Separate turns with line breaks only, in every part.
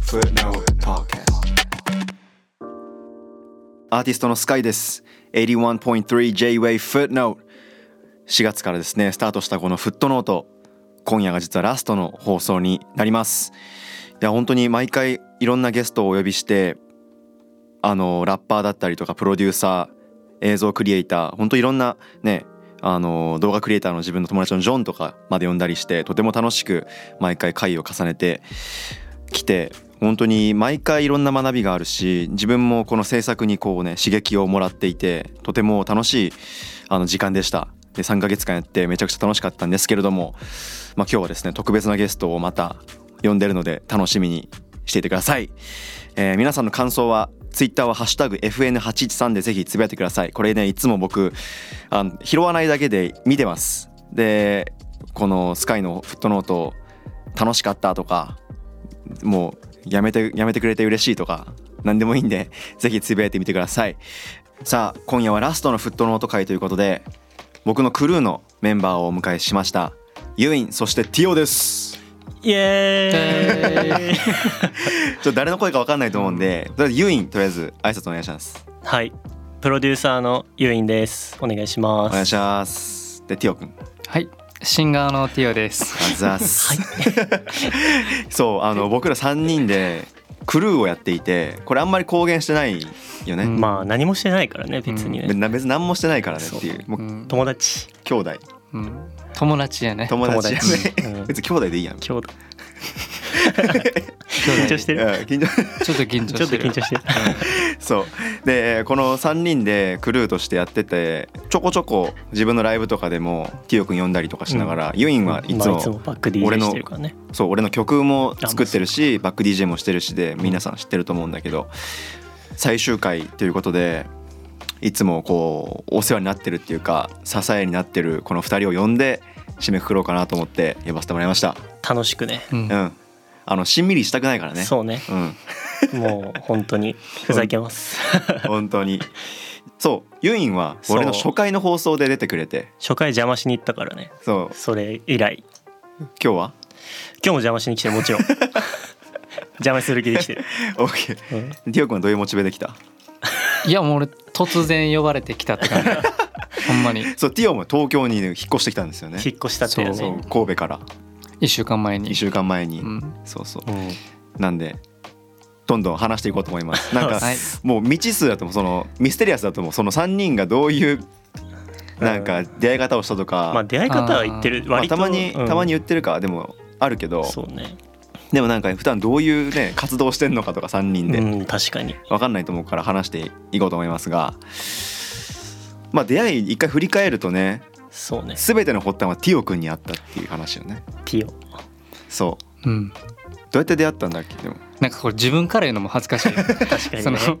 Footnote Podcast.
アーティストのスカイです。81.3JWAY Footnote。4月からですね、スタートしたこのフットノート。今夜が実はラストの放送になります。いや、本当に毎回いろんなゲストをお呼びして、あの、ラッパーだったりとか、プロデューサー、映像クリエイター、本当いろんなね、あの動画クリエイターの自分の友達のジョンとかまで呼んだりしてとても楽しく毎回回を重ねて来て本当に毎回いろんな学びがあるし自分もこの制作にこうね刺激をもらっていてとても楽しいあの時間でしたで3ヶ月間やってめちゃくちゃ楽しかったんですけれども、まあ、今日はですね特別なゲストをまた呼んでるので楽しみにしていてください、えー皆さんの感想はツイッターは「ハッシュタグ #FN813」でぜひつぶやいてくださいこれねいつも僕あの拾わないだけで見てますでこのスカイのフットノート楽しかったとかもうやめてやめてくれて嬉しいとか何でもいいんで ぜひつぶやいてみてくださいさあ今夜はラストのフットノート会ということで僕のクルーのメンバーをお迎えしましたユインそしてティオです
イエーイ
ちょっと誰の声か分かんないと思うんでとりあえずユインとりあえず挨拶お願いします
はいプロデューサーのゆいんですお願いしま
お
す
願いしますでティオくん
はい、シンガーのティオで
あ
す。
ざっす、 そうあの僕ら3人でクルーをやっていてこれあんまり公言してないよね、
うん
まあ何もしてないからね別にね、
別別に何もしてないからねっていうも
う、
うん
友達
兄弟
うん友達やね。
友達や
友達
ね
うん
別に兄弟でいいやん
今日
兄
緊
弟
張して
うん
る
緊張
ちょっと緊張
ちょっ
し
と緊
てる。
張してる
そうでこの3人でクルーとしてやっててちょこちょこ自分のライブとかでもティオくん呼んだりとかしながら、ユインはいつ
まあ
も,、
いつもバック
俺
DJ
の
してるからね
そう俺の曲も作ってるしバック DJ もしてるしで皆さん知ってると思うんだけど最終回ということでいつもこうお世話になってるっていうか支えになってるこの2人を呼んで締めくくろうかなと思って呼ばせてもらいました
楽しくね
うん
う、んあのしんみりしたくないからね
そうね
うん
もう本当 にふざけます、
本当にそうユインは俺の初回の放送で出てくれて
初回邪魔しに行ったからね
そう
それ以来
今日は
今日も邪魔しに来てるもちろん邪魔する気で来てる、
OK
うん
ティオ君はどういうモチベできた
いやもう俺突然呼ばれてきたって感 じ。ほんまに
そうティオも東京にね、引っ越してきたんですよね
引っ越したってやつ
そ
そう
ね
神戸から
一週間前に。
2週間前に、
うん、
そうそう
うん
なんでどんどん話していこうと思います。なんか
はい。
もう未知数だともそのミステリアスだともその3人がどういうなんか出会い方をしたとか、
まあ出会い方は言ってる
まあ
割と、
たまに、
うん
たまに言ってるかでもあるけど
そうね
でもなんか普段どういうね活動してんのかとか3人で
うん確かに
分かんないと思うから話していこうと思いますが。まあ出会い一回振り返るとね
そうね
全ての発端はティオ君にあったっていう話よね
ティオ
そう
うん。
どうやって出会ったんだっけでも、
なんかこれ自分から言うのも恥ずかしい。
確かに
その
ね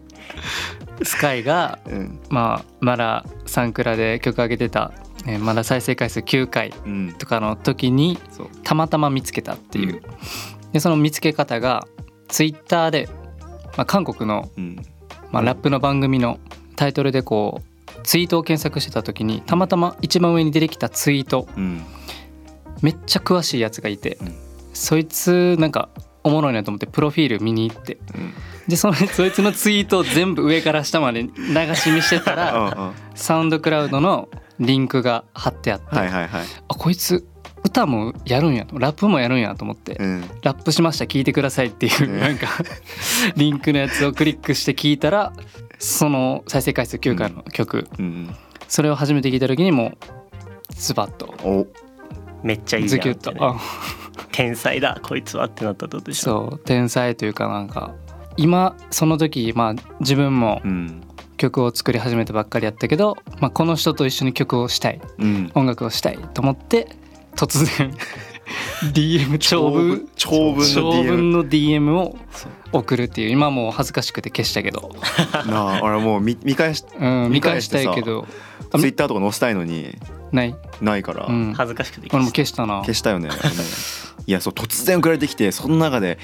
スカイが
うん
まあまだサンクラで曲上げてた、えーまだ再生回数9回
うん、
とかの時に
そう
たまたま見つけたっていうう、でその見つけ方がツイッターで、まあ、韓国の、
うん
まあ、ラップの番組のタイトルでこうツイートを検索してた時にたまたま一番上に出てきたツイート
うん
めっちゃ詳しいやつがいて、
うん
そいつなんかおもろいなと思ってプロフィール見に行って
うん
でその そいつのツイートを全部上から下まで流し見してたら
うんうん
サウンドクラウドのリンクが貼ってあって、
はいはいはい。
あこいつ歌もやるんやラップもやるんやと思って
うん。
ラップしました聞いてくださいっていう、
ね
なんかリンクのやつをクリックして聞いたらその再生回数9回の曲、
うん。
それを初めて聞いた時にもうズバッと
お。
めっちゃいいじ
ズ
ゃん
キュ
っ
ッ
て
と
ね、
あ
天才だこいつはってなったってことでしょ
そう天才というかなんか今その時まあ自分も
うん。
曲を作り始めたばっかりやったけど、まあ、この人と一緒に曲をしたい
うん。
音楽をしたいと思って突然 DM 長文
長文の
長
DM。
文の DM を
そう
送るっていう今もう恥ずかしくて消したけど
なあ、俺もう見見返し、
うん、
見
見
返
返
し
して
さ
たいけどあ
ツイッターとか載せたいのに
ない、
ないから
うん、
恥ずかしくてき
俺も消したな
消したよね。うんいや、そう突然送られてきて、その中で。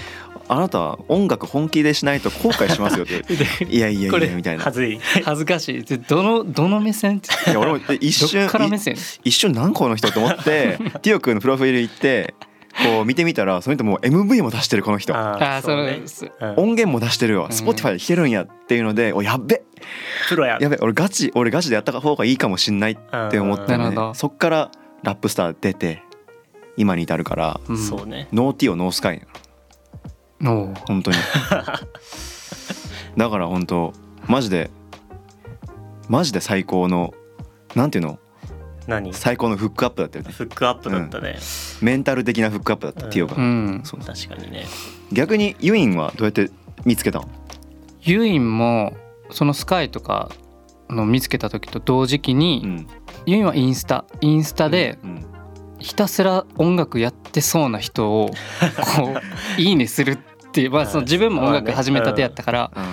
あなた音楽本気でしないと後悔しますよっ て言われていやいや
こ
い
れ
やみたいな
恥ずい
恥ずかしいでどのどの目線って
いや俺も一
ど
瞬
っから目
い
線
一瞬何この人と思ってティオ君のプロフィール行ってこう見てみたらその人もう MV も出してるこの人
あ
あ
ー
あそ
そう
の
ねうん
音源も出してるわ
ん
Spotify で弾けるんやっていうのでおやっべ
プロや
やべ俺ガチ俺ガチでやった方がいいかもしんないって思って
な
ね
るほど
そっからラップスター出て今に至るから
うん
そうね
ノーティーをノースカイなの
おう
本当にだから本当マジでマジで最高のなんていうの
何フ
最高のフックアップだったよね
ックアップだったね
メンタル的なフックアップだった、
うん
ティオが、
うん
そう
確かにね
逆にユインはどうやって見つけたの
ユインもそのスカイとかの見つけた時と同時期に、
うん
ユインはインスタインスタで
うん
ひたすら音楽やってそうな人をこういいねするっていう、まあ、その自分も音楽始めたてやったから
あ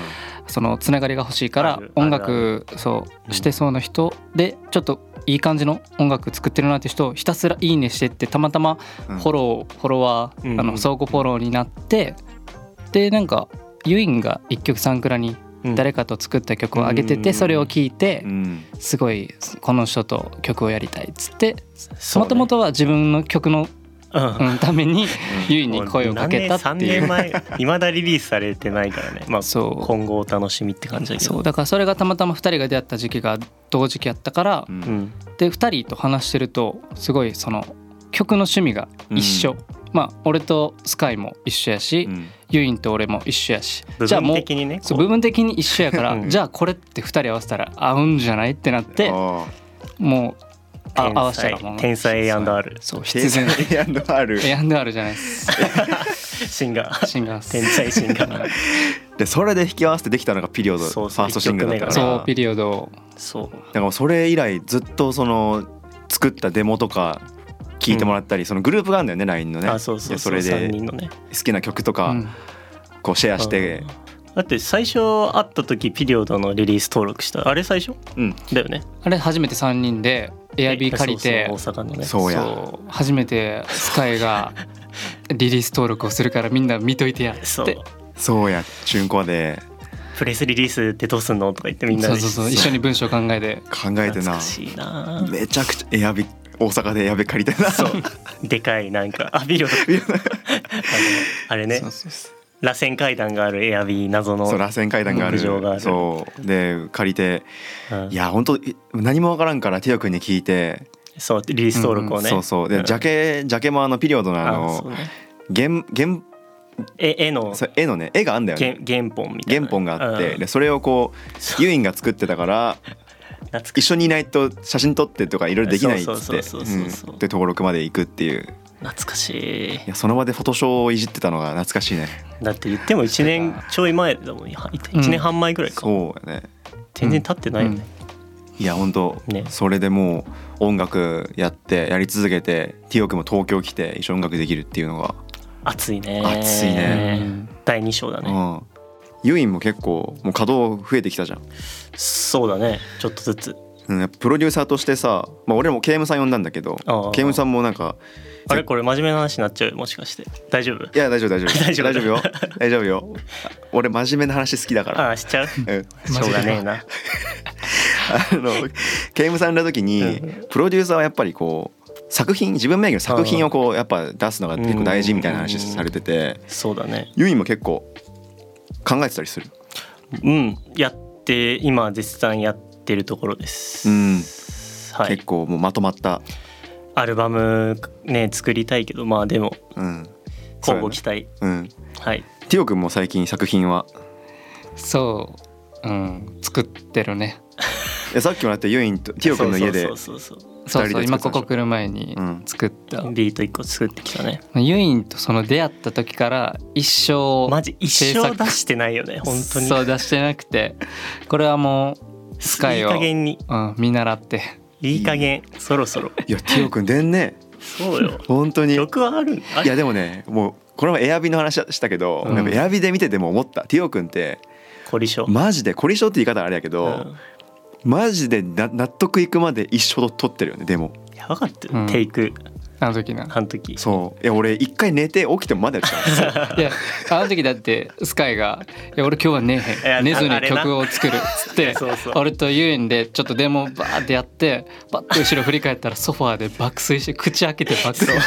そのつながりが欲しいか
あ
ら
る
音
あ
楽そううんしてそうな人でちょっといい感じの音楽作ってるなって人をひたすらいいねしてってたまたま
うん
フォローフォロワ
うんうん
ーあの相互フォローになってでなんかユインが一曲サンクラに誰かと作った曲を上げて
うん
てそれを聴いて
うん
すごいこの人と曲をやりたいっつって
か
もともとは自分の曲のうんた めにユインに声をかけたってい
3年
う
前いまだリリースされてないからねまあ
そ
今後お楽しみって感じだ
う
け
そ
ど
うだからそれがたまたま2人が出会った時期が同時期やったから
うん
うん
で2人と話してるとすごいその曲の趣味が一緒、まあ俺とスカイも一緒やし、
うん
ユインと俺も一緒やし
部
じゃあ
分
もう
的にね
そう
こ
部分的に一緒やから、
うん
じゃあこれって2人合わせたら合うんじゃないってなって
ああ
もう
天
あ
才
合わせたらもう
天才 A&R
そう必
天
然
才 A&R
A&R じゃないです
シンガ ー
シンガ ー
天
ズ
才シンガー
でそれで引き合わせてできたのがピリオドフ
そう
ァ
そう
ーストシングルだったから
そうピ
だ
リオドを
そう
からそれ以来ずっとその作ったデモとか聞いてもらったり、そのグループがあるんだよね LINE のね
あそうそうそう
でそれ
3
で
人のね
好きな曲と
う
か
ん
こうシェアして
うん、だって最初会った時ピリオドのリリース登録したあれ最初
うん
だよね
あれ初めて3人でエアビー借りて
そうそう大阪のね
そうや
そう初めてスカイがリリース登録をするからみんな見といてやっ
そう
て
そうやチュンコアで
プレスリリースってどうすんのとか言ってみんな
そう
で
そうそう一緒に文章考えて
考えて
懐
な
かしいな
めちゃくちゃエアビ大阪でエアビ借りたいな そう
でかいなんかあビリ オドあのあれね
そうそうそう
螺旋階段があるエアビー謎の
螺旋階段がある
屋上がある
そうで借りて
うん
いや本当何もわからんからティオ君に聞いて
そうリリース登録をね
そうそうでジャ
ケ
ケジャケもあのピリオドのあの原原
絵絵の
そう絵のね絵があんだよ
原
ね
原本みたいな
原本があって
うん
でそれをこ
そう
ユインが作ってた から
懐か
一緒にいないと写真撮ってとかいろいろできないっつって
そうそうそうそう
うんで登録まで行くっていう
懐かしい
いやその場でフォトショーをいじってたのが懐かしいね
だって言っても1年ちょい前だもん1年半前ぐらいか、
そうやね
全然経ってないよね、
いや本当、
ね
それでもう音楽やってやり続けてティオ君も東京来て一緒に音楽できるっていうのが、
暑いね
暑いね
うん
第2章だね、
うんユインも結構もう稼働増えてきたじゃん、
そうだねちょっとずつ
うん、やっぱプロデューサーとしてさ、まあ、俺らも KM さん呼んだんだけど
あー
KM さんもなんか
あれこれ真面目な話になっちゃうもしかして大丈夫
いや大丈夫大丈夫
大丈夫
よ大丈夫よ 俺真面目な話好きだから
ああ しちゃうし
うん
ょうがねえな
あの KM さんの時にプロデューサーはやっぱりこう作品自分名義の作品をこうやっぱ出すのが結構大事みたいな話されてて
そうだね
ユインも結構考えてたりする
うんやって今絶賛やってるところです、
うん
は
結
い
構もうまとまった、
アルバムね作りたいけどまあでも
うん、
今後期待
うん、
はい
ティオ君も最近作品は
そう、うん、作ってるね
いやさっきもらってユインとティオ君の家で
そうそうそうそう
そう
二人
そう
で作っ
今
てた
こ
んでしょ
こ来る前に作った、
そうビート1個作ってきたね
ユインとその出会った時から一生
マジ一生出してないよね本当に
そう出してなくてこれはもうスカイを
いい加減に
うん、見習って
いい加減そろそろ
いやティオ君出んね
そう よ
本当にい
曲はあるあ
やでもねもうこの前エアビの話したけど、
うん
やっぱエアビで見てても思ったティオ君って
凝り性
マジで凝り性って言い方あれやけ
う
ど、
ん
マジでな納得いくまで一生と撮ってるよねでも
やばかった
う
よ
ん
テイク
あの時な
あの時
そういや俺一回寝て起きてもまだやってたんですよ
いやあの時だってスカイが「いや俺今日は寝えへん
い
寝
や
ず
あ
に
れな
曲を作る」っつって
そうそう
俺とユーンでちょっとデモをバーってやってバッと後ろ振り返ったらソファーで爆睡して口開けて爆睡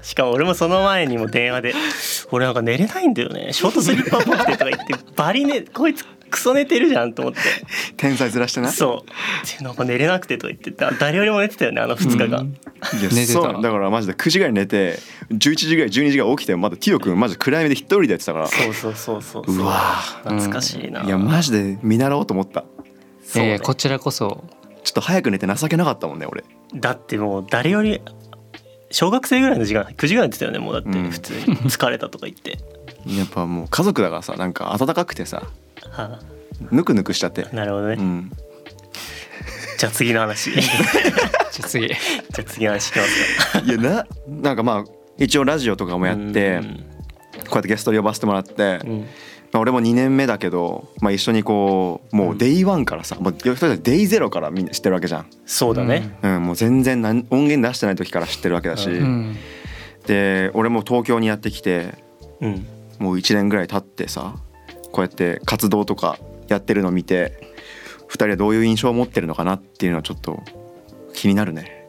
しかも俺もその前にも電話で「俺なんか寝れないんだよねショートスリッパっぽくて」とか言って バリねこいつクソ寝てるじゃんと思って
天才ずらしてな
そうでなんか寝れなくてとか言ってだ誰よりも寝てたよねあの2日
う
間
ん
いや
寝てた
そうだからマジで9時ぐらいに寝て11時ぐらい12時ぐらい起きてまだティオ君マジ暗闇で一人でやってたから
そうそうそうそうそう
うわ
懐かしいな、
いやマジで見習おうと思った
そう
え
ね
ーこちらこそ
ちょっと早く寝て情けなかったもんね俺
だってもう誰より小学生ぐらいの時間9時ぐらい寝てたよねもうだって
うん
普通に疲れたとか言って、
やっぱもう家族だからさなんか暖かくてさ
は
ぬくぬくしちゃって
あ、なるほどね、
うん
じゃあ次の 話じゃ
じゃあ次
あ次の話しますか
いやななんかまあ一応ラジオとかもやって
うん
こうやってゲストで呼ばせてもらって
うん
まあ俺も2年目だけどまあ一緒にこうもうデイ1からさもう一人でデイ0からみんな知ってるわけじゃん
そうだね、
うんもう全然なん音源出してない時から知ってるわけだし
う
うん
で俺も東京にやってきて
うん、
もう1年ぐらい経ってさこうやって活動とかやってるの見て2人はどういう印象を持ってるのかなっていうのはちょっと気になるね。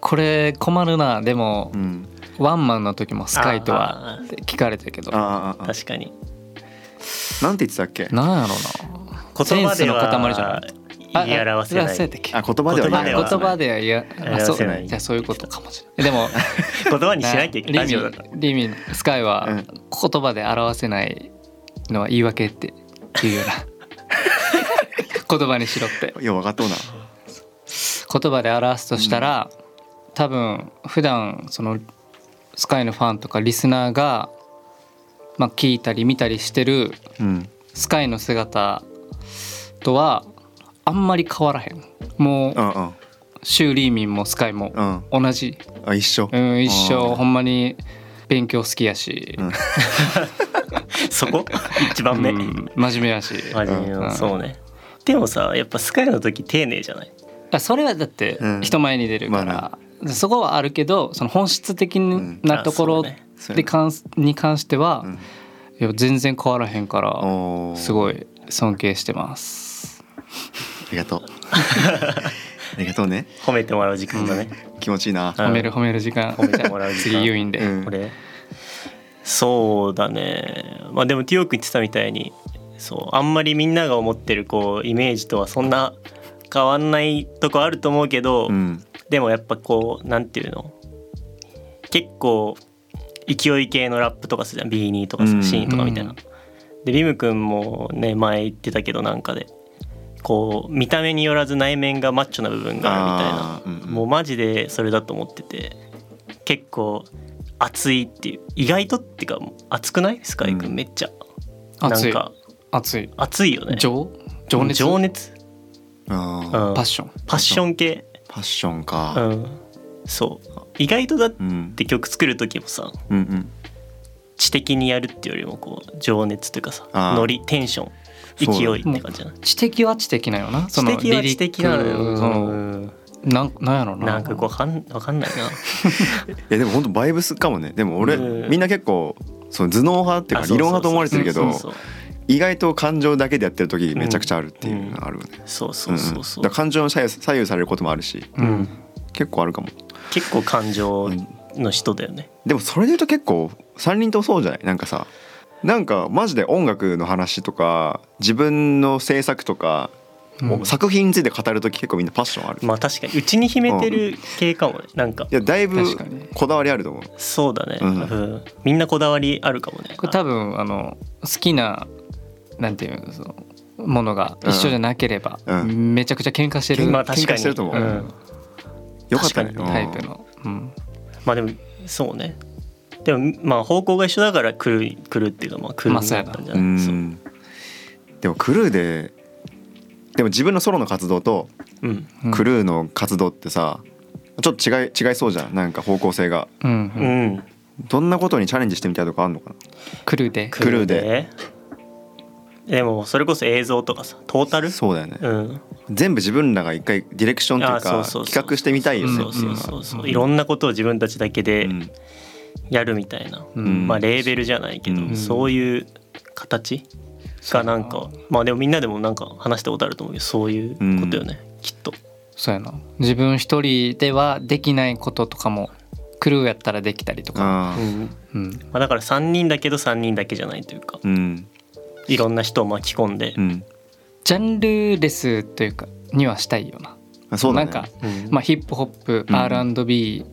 これ困るなでも
うん、
ワンマンの時もスカイと
あ
は
ー
って聞かれたけど
ああああ
確かに
なんて言ってたっけ
なんやろ
言葉で
センスの塊じゃ
は
ない
言
ない
表せない
ああ言
あ言
葉
葉では
では
ない
言
言葉
葉ではいやあそう
表せない
じゃあそういうことかもしれないでも
言葉にしなきゃいけないラ
リ
ジオだから
ミリミスカイは
うん
言葉で表せないのは言い訳って言うよな 言葉にしろって
よう分かっとうな。
言葉で表すとしたら、多分普段そのスカイのファンとかリスナーが、まあ、聞いたり見たりしてる
うん、
スカイの姿とはあんまり変わらへんもう
うんうん
シューリーミンもスカイも
うん
同じ、
あ一緒。
うん、一
あ
生
ー
ほんまに勉強好きやし、
うん
そこ一番目、
うん真面目やし
真面目
うん
なそうねでもさやっぱスカイの時丁寧じゃない
あそれはだって
うん
人前に出るから、
ま
そこはあるけどその本質的なところ
うんあそうね
そうや
で
な
関すに関しては、
うん
いや全然変わらへんから
おー
すごい尊敬してます
ありがとう。 ありがとうね。
褒めてもらう時間だね、
気持ちいいな。
うん
褒める褒める時間
褒めてもらう時間
次誘引で、
うん
これそうだねまあでもティオ君言ってたみたいにそうあんまりみんなが思ってるこうイメージとはそんな変わんないとこあると思うけど、
うん
でもやっぱこうなんていうの結構勢い系のラップとかするじゃん B2 とか
うん
さシーンとかみたいな。
うん
でリム君もね前言ってたけどなんかでこう見た目によらず内面がマッチョな部分がある
あ
みたい
ーう
な、
んうん
もうマジでそれだと思ってて結構熱いっていう意外とっていうか熱くないスカイ君、
うん
めっちゃ
熱い
なんか
熱い
熱いよね
情情熱
情熱、
あ
う
ー
ん
パッション
パッション系、
パッション
う
か。
ん、そう意外とだっ
うん
て曲作る時もさ
うんうん。
知的にやるっていうよりもこう情熱というかさ
あー
ノリテンション
そう
勢いって感じじゃない
知的は知的なよなそ
知
の
的は
リリ
知
ッ
的
ク
なのよ
その
うん
なんなんやろな
なんかわかんわかんないな
いやでも本当バイブスかもねでも俺
うん
みんな結構その頭脳派 っていうか
あ
理
そうそうそう
論派と思われてるけど
そうそう
意外と感情だけでやってる時めちゃくちゃあるっていうのがあるよね。
そうそうそうそ
んんだ
う
から感情に左右左右されることもあるし
うん
うん
結構あるかも
結構感情の人だよね
でもそれで言うと結構3人ともそうじゃないなんかさなんかマジで音楽の話とか自分の制作とか、
うん
作品について語る時結構みんなパッションある、い
まあ確かにうちに秘めてる系かもねなんか
やだいぶ
確かに
こだわりあると思う
そうだね
うん
うんみんなこだわりあるかもね
これ多分あの好きななんていうのそのものが一緒じゃなければ、
うんう
めちゃくちゃ喧嘩してる、
まあ確
喧嘩
かに
してると思う
うん
よかったね
確
タイプの、うん、
まあでもそうねでもまあ方向が一緒だから来る来るっていうかまあ来る
まあ
に
そう
な
や
っ
な
たんじゃ
う
ないそう、
んでもクルーででも自分のソロの活動と
うん
うん
クルーの活動ってさちょっと違い違いそうじゃんなんか方向性が
うん
う
うん
ん、
どんなことにチャレンジしてみたいとかあんのかな
クルーで
クルーで
でもそれこそ映像とかさトータル
そうだよね
うん、
全部自分らが一回ディレクションという
あそう
か
そうそう
企画してみたいよね
そうそうそうそう、
うん
いろんなことを自分たちだけで
うん
やるみたいな、
ん
まあレーベルじゃないけど、
うん
そういう形がなんかまあでもみんなでもなんか話したことあると思うけどそういうことよね、きっと
そうやな自分一人ではできないこととかもクルーやったらできたりとか、
あー
うん、
まあ、だから3人だけど3人だけじゃないというか
うん
いろんな人を巻き込んで
う、ん
ジャンルレスというかにはしたいよな
あそうだね
なんか、
うん
まあ、ヒップホップ、
うん
R&B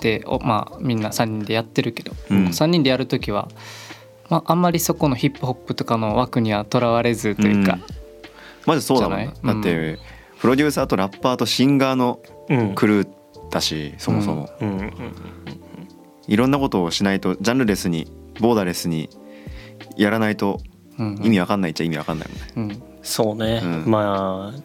でお、まあ、みんな3人でやってるけど、
うん
3人でやる時は、まあ、あんまりそこのヒップホップとかの枠にはとらわれずというか、
まずそうだもん
じ
ね
ゃな
だ
い
って、プロデューサーとラッパーとシンガーの
うん
クルーだしそもそも、
うんうん
いろんなことをしないとジャンルレスにボーダーレスにやらないと
うん
意味わかんないっちゃ意味わかんないもんね、
うん
そうね、
うん
まあ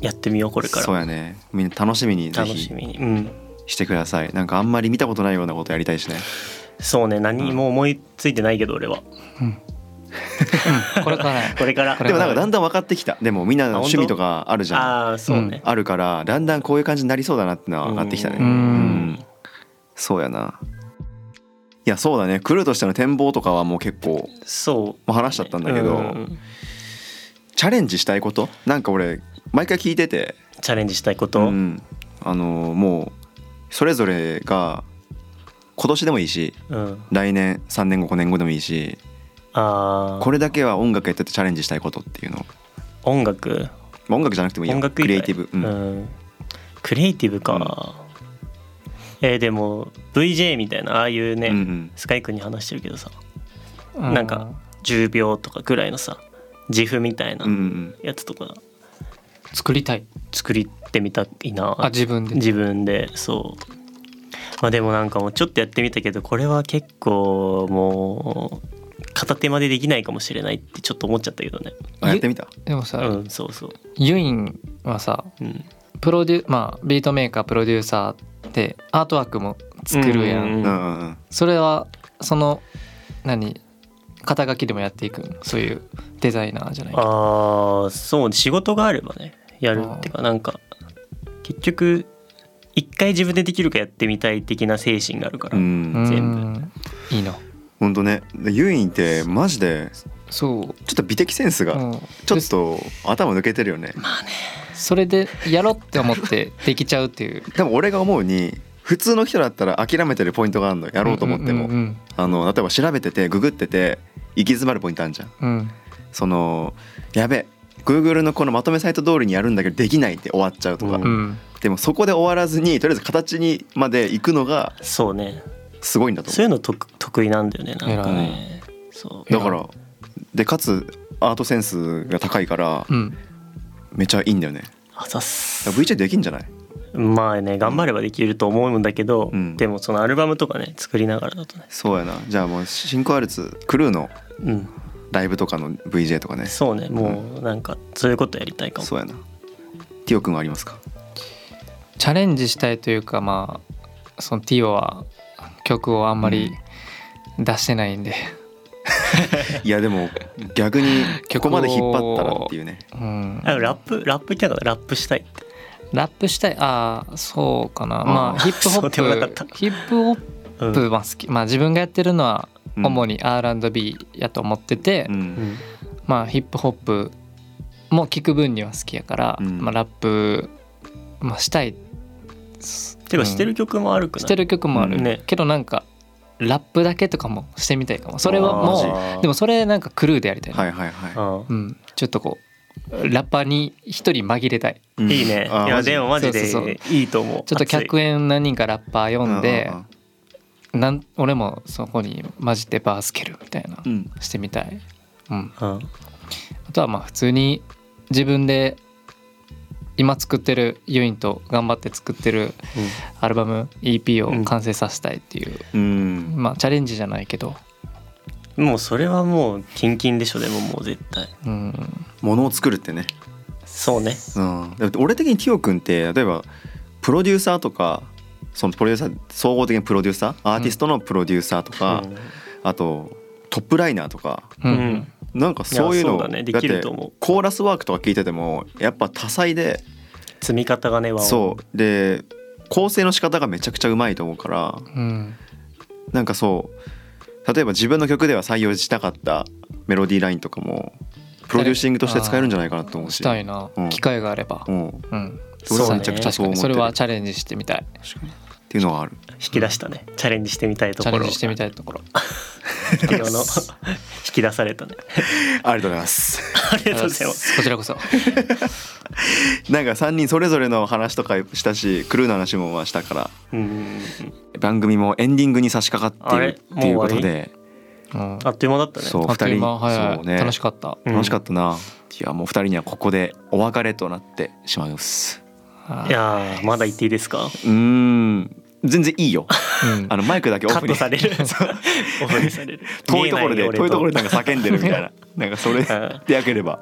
やってみようこれか
そう
ら
やねみんな楽しみにぜ
楽
ひ
しみに、うん、
してくださいなんかあんまり見たことないようなことやりたいしね
そうね何も思いついてないけど俺は
これからや
これから
これ
でもな
から
んかだんだん分かってきたでもみんなの
あ本
趣
当
味とかあるじゃんあ
ああそうね、
るからだんだんこういう感じになりそうだなってのは分かってきたね
うん
そうやないやそうだね来るとしての展望とかはもう結構
そう
まあ話しちゃったんだけど
うん
チャレンジしたいことなんか俺毎回聞いてて
チャレンジしたいこと、
うん、あのもうそれぞれが今年でもいいし
うん
来年3年後5年後でもいいし
あ
これだけは音楽やっててチャレンジしたいことっていうの
あ音楽
まあ音楽じゃなくてもいいよ
音楽以外
クリエイティブ、
う
うん
んクリエイティブか、えーでも VJ みたいなああいうね、
うんうん
スカイ君に話してるけどさ
うん
なんか10秒とかぐらいのさ自負みたいな
うんうん
やつとか
作りたい
作りてみたいな、
あ自分で
自分でそうまあでもなんかもうちょっとやってみたけどこれは結構もう片手までできないかもしれないってちょっと思っちゃったけどね
あやってみた
でもさ、
うんそうそう
ユインはさ
うん
プロデュまあビートメーカープロデューサーってアートワークも作るやん、
う
うんんうんうん
それはその何肩書きでもやっていくのそういうデザイナーじゃないけど
ああそう仕事があればねやるっていうかなんか結局一回自分でできるかやってみたい的な精神があるから、
うん
全
部いいの
ほんとねでユインってマジで
そう、
ちょっと美的センス
う
が
ん
ちょ
で
っと頭抜けてるよね
それでやろうって思ってできちゃうっていう
でも俺が思うに普通の人だったら諦めてるポイントがあるのやろうと思って
う
も
ん
あの例えば調べててググってて行き詰まるポイントあるじゃん
うんうん
そのやべ Google のこのまとめサイト通りにやるんだけどできないって終わっちゃうとか、
うん
うんうん
でもそこで終わらずにとりあえず形にまで行くのが
そうね
すごいんだと
そう
思
いうのと得意なんだよねなんかねそう
うだからでかつアートセンスが高いから
うん
めちゃいいんだよね
あざっ
だ
す
から VJ できんじゃない
まあね頑張ればできると思うんだけど、
うん
でもそのアルバムとかね作りながらだとね
そうやなじゃあもうシンクアルツクルーの
うん
ライブとかの VJ とかね
そうねもうなんかそういうことやりたいかも
そうやなティオくんはありますか
チャレンジしたいというかまあそのティオは曲をあんまり出してないんで、
いやでも逆にこ
曲
こ
を
まで引っ張ったらっていうね
うん、
あラップラップ言ってなかったラップしたいって
ラップしたいああそうかな、
ん
まあヒップホ
そうでもなかっ
ッ
た
プヒップホッ
うん
プは好き、まあ自分がやってるのは
うん
主に R&B やと思ってて、
うん
まあヒップホップも聞く分には好きやから、
うん
まあ、ラップ、まあ、したいす
てかして
う
る曲もあるく
ん
ない、
してる曲もあ
う
る、
ん
ね
けどなんかラップだけとかもしてみたいかもそれはも
あー
うでもそれなんかクルーでやりたいな、
はいはいはい
あー
うん、ちょっとこうラッパーに一人紛れたい
うん
いいね。い
あ
や
マジ
でもマジ
そうそう
でいいと思う。
ちょっと客
演
演何人かラッパー呼んで
うう
なん俺もそこに混じってバースケルみたいな、
うんうん
してみたい、うん、
うん
あとはまあ普通に自分で今作ってるユインと頑張って作ってるアルバム EP を完成させたいっていう、
うん
まあチャレンジじゃないけど、
うんもうそれはもうキンキンでしょでももう絶対。
うん、
物を作るってね、
そうね。
うん、だって俺的にティオ君って例えばプロデューサーとかそのプロデューサー総合的にプロデューサーアーティストのプロデューサーとか、
うん
あとトップライナーとか
う
うんん
なんかそういうの
いやそうだねできると思う
だってコーラスワークとか聞いててもやっぱ多彩で
積み方がね和音
そうで構成の仕方がめちゃくちゃうまいと思うから
うん
なんかそう例えば自分の曲では採用したかったメロディーラインとかもプロデューシングとして使えるんじゃないかなと思う
し
した
いな、
うん
機会があれば
うん
うん
そうね
俺はめちゃくちゃ
確
そ
か
う思
に
ってる
それはチャレンジしてみたい
っていうのはある
引き出したねチャレンジしてみたいと
チャ
こ
レン
ろ
ジしてみたいとこ ろ
昨日の引き出されたね
ありがとうございます
ありがとうございます
こちらこそ
なんか3人それぞれの話とかしたしクルーの話もまあしたから
うんうんうん
番組もエンディングに差し掛かっている
あれ
っていうことで
うん
あっという間だったね
そう
あ
2
っという間
人
早
そう
い
ね
楽しかった
うん
楽しかったな、いやもう2人にはここでお別れとなってしまいます
はい
やーまだ言っていいです
う
か
ーん全然いい よ
うん
あのマイクだけオ
カ
フに
ットされるオフにされる
遠いところで
見えない
遠いところでな
俺
んか叫んでるみ たいななんかそれ
ん
でよければ、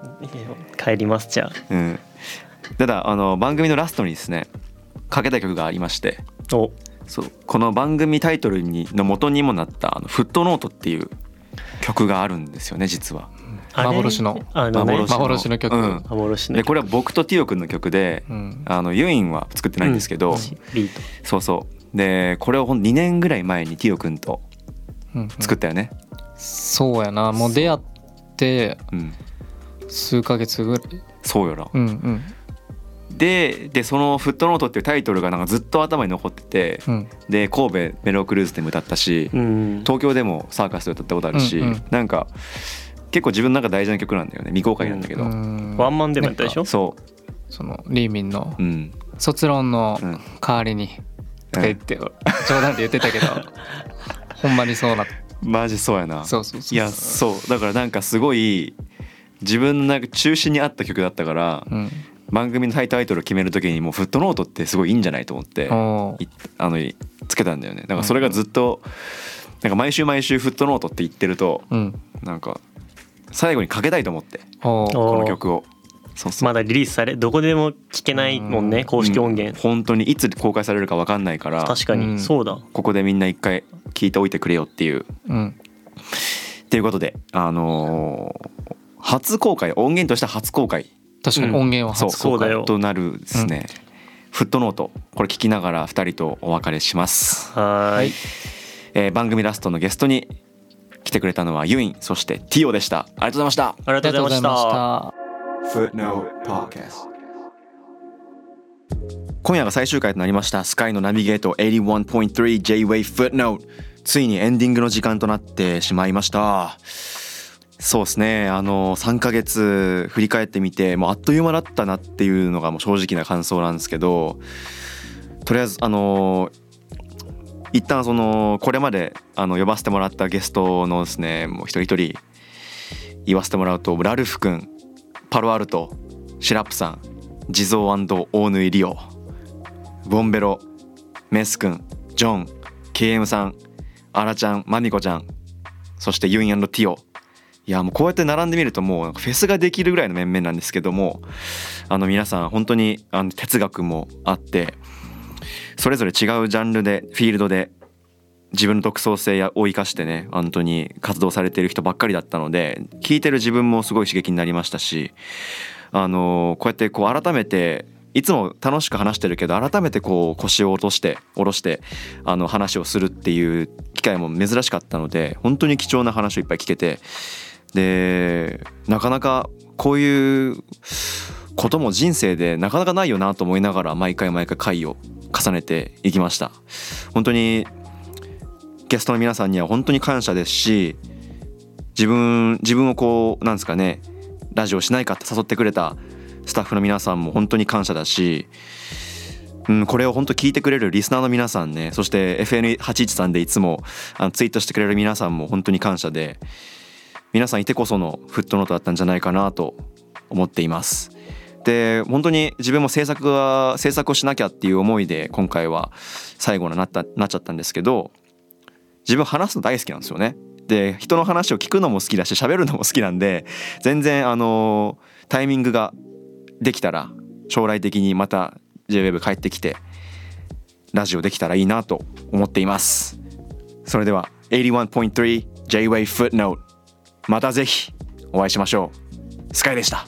帰りますじゃ
うん、ただあの番組のラストにですねかけた曲がありまして
あお
そうこの番組タイトルにの元にもなった「あのフットノート」っていう曲があるんですよね実は
あれ
幻の
あのね
幻の
幻の曲
うん
幻の
でこれは僕とティオ君の曲で、
うん
あのユインは作ってないんですけど、
うんビート
そうそうでこれをほん2年ぐらい前にティオ君と
うん
作ったよね、
そうやなもう出会って
うん、
数ヶ月ぐらい
そうよな
うんうん
ででその「フットノート」っていうタイトルがなんかずっと頭に残ってて
うん
で神戸メロクルーズでも歌ったし
うん
東京でもサーカスで歌ったことあるし、
うんうん
なんか結構自分の中で大事な曲なんだよね未公開なんだけど、
うん
ワンマンでもやったでしょ
そ
そのリーミンの
ううん
卒論の
うん
代わりにとか言って冗談で言ってたけどほんまにそうな
マジそうやな
そうそうそう
いやそうだからなんかすごい自分の中中心にあった曲だったから、
うん
番組のタイトルを決める時にもう「フットノート」ってすごいいいんじゃないと思って、
おー
いあのいつけたんだよねだからそれがずっと、なんか毎週毎週「フットノート」って言ってると
うん
なんか最後にかけたいと思って
おー
お
この曲をそうそう
まだリリースされどこでも聴けないもん
う
ね
ん
公式音
うん
源
本当にいつ公開されるか分かんないから
確か
う
に
ん
そうだ
ここでみんな一回聞いておいてくれよっていう
うん
っていうことであのー初公開音源として初公開
確か
う
に
ん
音源は
そう
初
そうだよ
となるですね、フットノートこれ聞きながら2人とお別れします、
はーい
えー番組ラストのゲストに来てくれたのはユインそしてティオでしたありがとうございました
あり
あ
がとうございました
た
今夜が最終回となりましたスカイのナビゲート 81.3JWAVE FOOTNOTE ついにエンディングの時間となってしまいましたそうですねあの3ヶ月振り返ってみてもうあっという間だったなっていうのがもう正直な感想なんですけどとりあえずあの一旦そのこれまであの呼ばせてもらったゲストのですねもう一人一人言わせてもらうとラルフくんパロアルトシラップさん地蔵大縫いリオボンベロメス君ジョン KM さんアラちゃんマミコちゃんそしてユインティオいやもうこうやって並んでみるともうフェスができるぐらいの面々なんですけどもあの皆さん本当にあの哲学もあってそれぞれ違うジャンルでフィールドで自分の独創性やを生かしてね本当に活動されている人ばっかりだったので聞いてる自分もすごい刺激になりましたしあのこうやってこう改めていつも楽しく話してるけど改めてこう腰を落として下ろしてあの話をするっていう機会も珍しかったので本当に貴重な話をいっぱい聞けてでなかなかこういうことも人生でなかなかないよなと思いながら毎回毎回回を重ねていきました本当にゲストの皆さんには本当に感謝ですし自分自分をこうなんですかねラジオしないかって誘ってくれたスタッフの皆さんも本当に感謝だし、うん、これを本当聞いてくれるリスナーの皆さんねそして FN813 さんでいつもあのツイートしてくれる皆さんも本当に感謝で皆さんいてこそのフットノートだったんじゃないかなと思っています。で本当に自分も制作は制作をしなきゃっていう思いで今回は最後になったなっちゃったんですけど自分話すの大好きなんですよね。で人の話を聞くのも好きだし喋るのも好きなんで全然あのタイミングができたら将来的にまた JWEB 帰ってきてラジオできたらいいなと思っていますそれでは 81.3JWAVE FOOTNOTE またぜひお会いしましょうスカイでした